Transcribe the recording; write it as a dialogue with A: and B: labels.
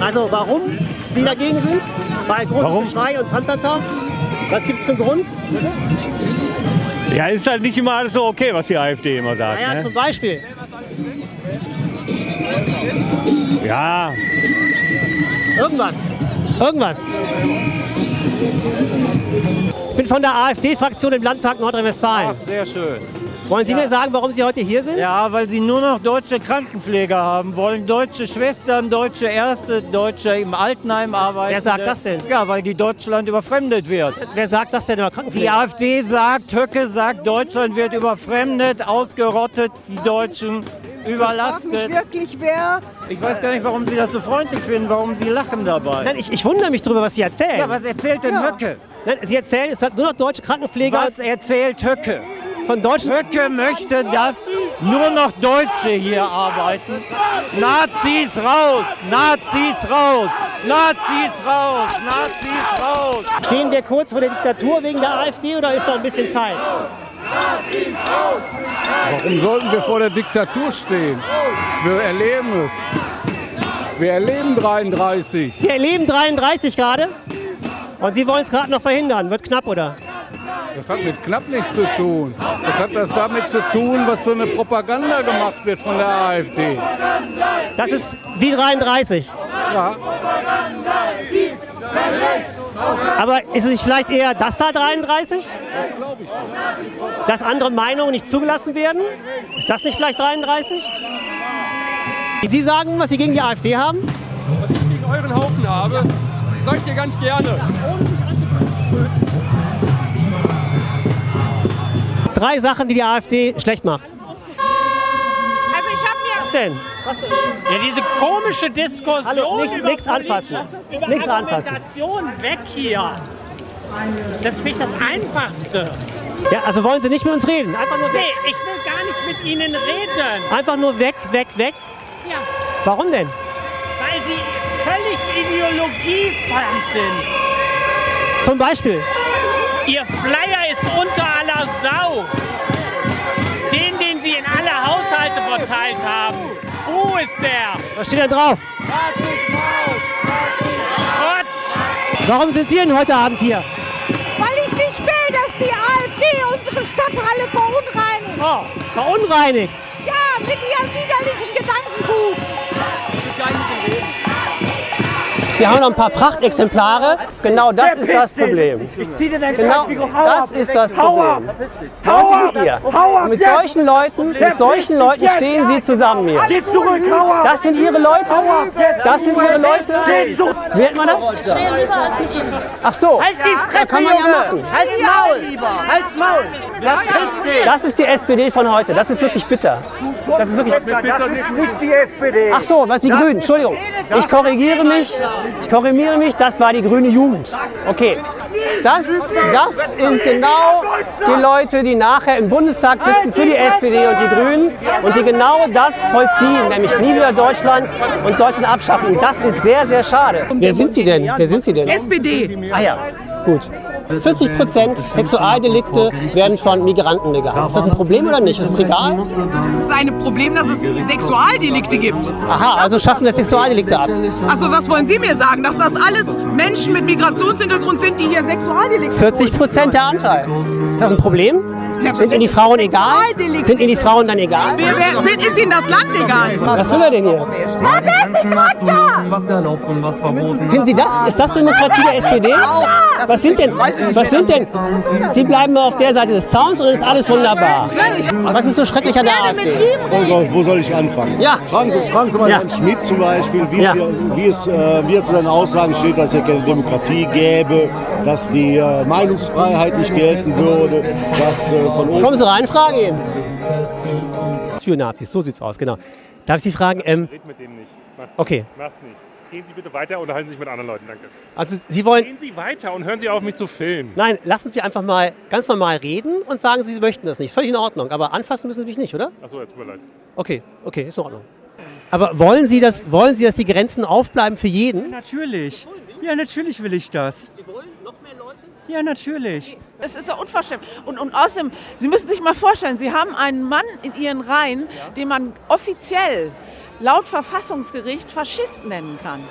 A: Also warum Sie dagegen sind? Bei großem
B: Warum?
A: Geschrei und Tantata? Was gibt es zum Grund?
B: Ja, ist halt nicht immer alles so okay, was die AfD immer sagt.
A: Naja,
B: ne?
A: zum Beispiel.
B: Ja,
A: Irgendwas. Irgendwas. Ich bin von der AfD-Fraktion im Landtag Nordrhein-Westfalen.
C: Sehr schön.
A: Wollen Sie mir sagen, warum Sie heute hier sind?
C: Ja, weil sie nur noch deutsche Krankenpfleger haben wollen, deutsche Schwestern, deutsche Ärzte, deutsche im Altenheim arbeiten.
A: Wer sagt das denn?
C: Ja, weil die Deutschland überfremdet wird.
A: Wer sagt das denn über
C: Die
A: Krankenpflege?
C: AfD sagt, Höcke sagt, Deutschland wird überfremdet, ausgerottet, die Deutschen
D: Frag mich
C: überlastet.
D: wirklich wer.
C: Ich weiß gar nicht, warum Sie das so freundlich finden, warum Sie lachen dabei.
A: Nein, ich, ich wundere mich darüber, was Sie erzählen.
C: Ja, was erzählt denn
D: Ja.
C: Höcke?
A: Nein, Sie erzählen, es hat nur noch deutsche Krankenpfleger
C: Was erzählt Höcke?
A: von deutschen...
C: Höcke möchte, dass nur noch Deutsche hier arbeiten. Nazis raus, Nazis raus, Nazis raus, Nazis raus.
A: Stehen wir kurz vor der Diktatur wegen der AfD oder ist noch ein bisschen Zeit?
E: Warum sollten wir vor der Diktatur stehen? Wir erleben es. Wir erleben 33.
A: Wir erleben 33 gerade und Sie wollen es gerade noch verhindern. Wird knapp, oder?
E: Das hat mit knapp nichts zu tun. Das hat das damit zu tun, was für eine Propaganda gemacht wird von der AfD.
A: Das ist wie 33.
E: Ja,
A: Aber ist es nicht vielleicht eher das da 33?
E: glaube ich. nicht.
A: Dass andere Meinungen nicht zugelassen werden? Ist das nicht vielleicht 33? Sie sagen, was Sie gegen die AfD haben?
F: gegen euren Haufen habe, sag ich dir ganz gerne.
A: Drei Sachen, die die AfD schlecht macht.
G: Also ich habe mir
A: Was denn?
H: Ja, diese komische Diskussion
A: Hallo, nichts-
H: über
A: nichts
H: Polit-
A: anfassen.
H: Über
A: Nichts anfassen.
H: Argumentation weg hier. Das finde ich das Einfachste.
A: Ja, also wollen Sie nicht mit uns reden? Einfach nur
H: Nee,
A: weg.
H: ich will gar nicht mit Ihnen reden.
A: Einfach nur weg, weg, weg.
H: Ja,
A: Warum denn?
H: weil Sie völlig ideologiefremd sind.
A: Zum Beispiel.
H: Ihr Flyer ist unter aller Sau. Den, den Sie in alle Haushalte verteilt haben. Wo ist der?
A: Was steht denn drauf?
H: Gott!
A: Warum sind Sie denn heute Abend hier?
G: weil ich nicht will, dass die AfD unsere Stadthalle verunreinigt.
A: Oh, verunreinigt.
G: Ja, mit ihrem widerlichen Gedankengut.
A: Wir haben noch ein paar Prachtexemplare. Genau das ist das Problem.
H: Ich ziehe dir dein
A: Genau das ist das Problem. Leute wie ihr. Und Mit solchen Leuten, mit solchen Leuten stehen sie zusammen hier.
H: Geh zurück, hau ab!
A: Das sind ihre Leute. Das sind ihre Leute. Wie nennt man das? Ach so,
I: Halt
H: Halt.
A: da kann man ja machen.
I: Halt's Maul! Halt's Maul! Das ist
A: Das ist die SPD von heute. Das ist wirklich bitter. Das ist wirklich
J: Das ist nicht die SPD.
A: Ach so, was die Grünen, Entschuldigung. Ich korrigiere mich. Ich korrigiere mich, das war die grüne Jugend. Okay. Das, das sind genau die Leute, die nachher im Bundestag sitzen für die SPD und die Grünen und die genau das vollziehen, nämlich nie wieder Deutschland und Deutschland abschaffen. Und das ist sehr, sehr schade. Wer sind Sie denn? Wer sind Sie denn?
I: SPD.
A: Ah ja, gut. 40 Prozent Sexualdelikte werden von Migranten begangen. Ist das ein Problem oder nicht? Ist es egal?
I: Es ist ein Problem, dass es Sexualdelikte gibt.
A: Aha, also schaffen wir Sexualdelikte ab.
I: Also was wollen Sie mir sagen? Dass das alles Menschen mit Migrationshintergrund sind, die hier Sexualdelikte
A: 40 Prozent der Anteil. Ist das ein Problem? Sind Ihnen die Frauen egal? Sind Ihnen die Frauen dann egal?
I: Wer, wer, sind, ist Ihnen das Land egal?
A: Was will er denn hier?
J: Was erlaubt und was verboten.
A: Finden Sie das? Ist das Demokratie der SPD? Was sind denn? Was sind denn? Sie bleiben auf der Seite des Zauns und dann ist alles wunderbar. Was ist so schrecklich an der AfD?
B: wo, wo soll ich anfangen?
A: Ja.
B: Fragen, Sie, fragen Sie mal
A: Ja.
B: Herrn Schmidt zum Beispiel, wie,
A: Ja.
B: es, hier- wie, es, äh, wie es in seinen Aussagen steht, dass es hier keine Demokratie gäbe, dass die äh, Meinungsfreiheit nicht gelten würde, dass äh, von oben
A: Kommen Sie rein, fragen ihn. Für Nazis, so sieht's aus, genau. Darf ich Sie fragen, ähm,
K: Red mit dem nicht. Mach's
A: okay,
K: nicht. Mach's nicht. Gehen Sie bitte weiter und halten sich mit anderen Leuten. Danke.
A: also Sie wollen,
K: Gehen Sie weiter und hören Sie auf, mich zu filmen.
A: nein, lassen Sie einfach mal ganz normal reden und sagen Sie, Sie möchten das nicht. Völlig in Ordnung, aber anfassen müssen Sie mich nicht, oder?
K: Achso, jetzt tut mir leid.
A: Okay, okay, ist in Ordnung. Aber wollen Sie, dass, wollen Sie, dass die Grenzen aufbleiben für jeden?
C: Natürlich. Ja, natürlich will ich das.
A: Sie wollen noch mehr Leute?
C: Ja, natürlich.
G: Das ist ja unvorstellbar. Und, und außerdem, Sie müssen sich mal vorstellen, Sie haben einen Mann in Ihren Reihen, den man offiziell laut Verfassungsgericht Faschist nennen kann.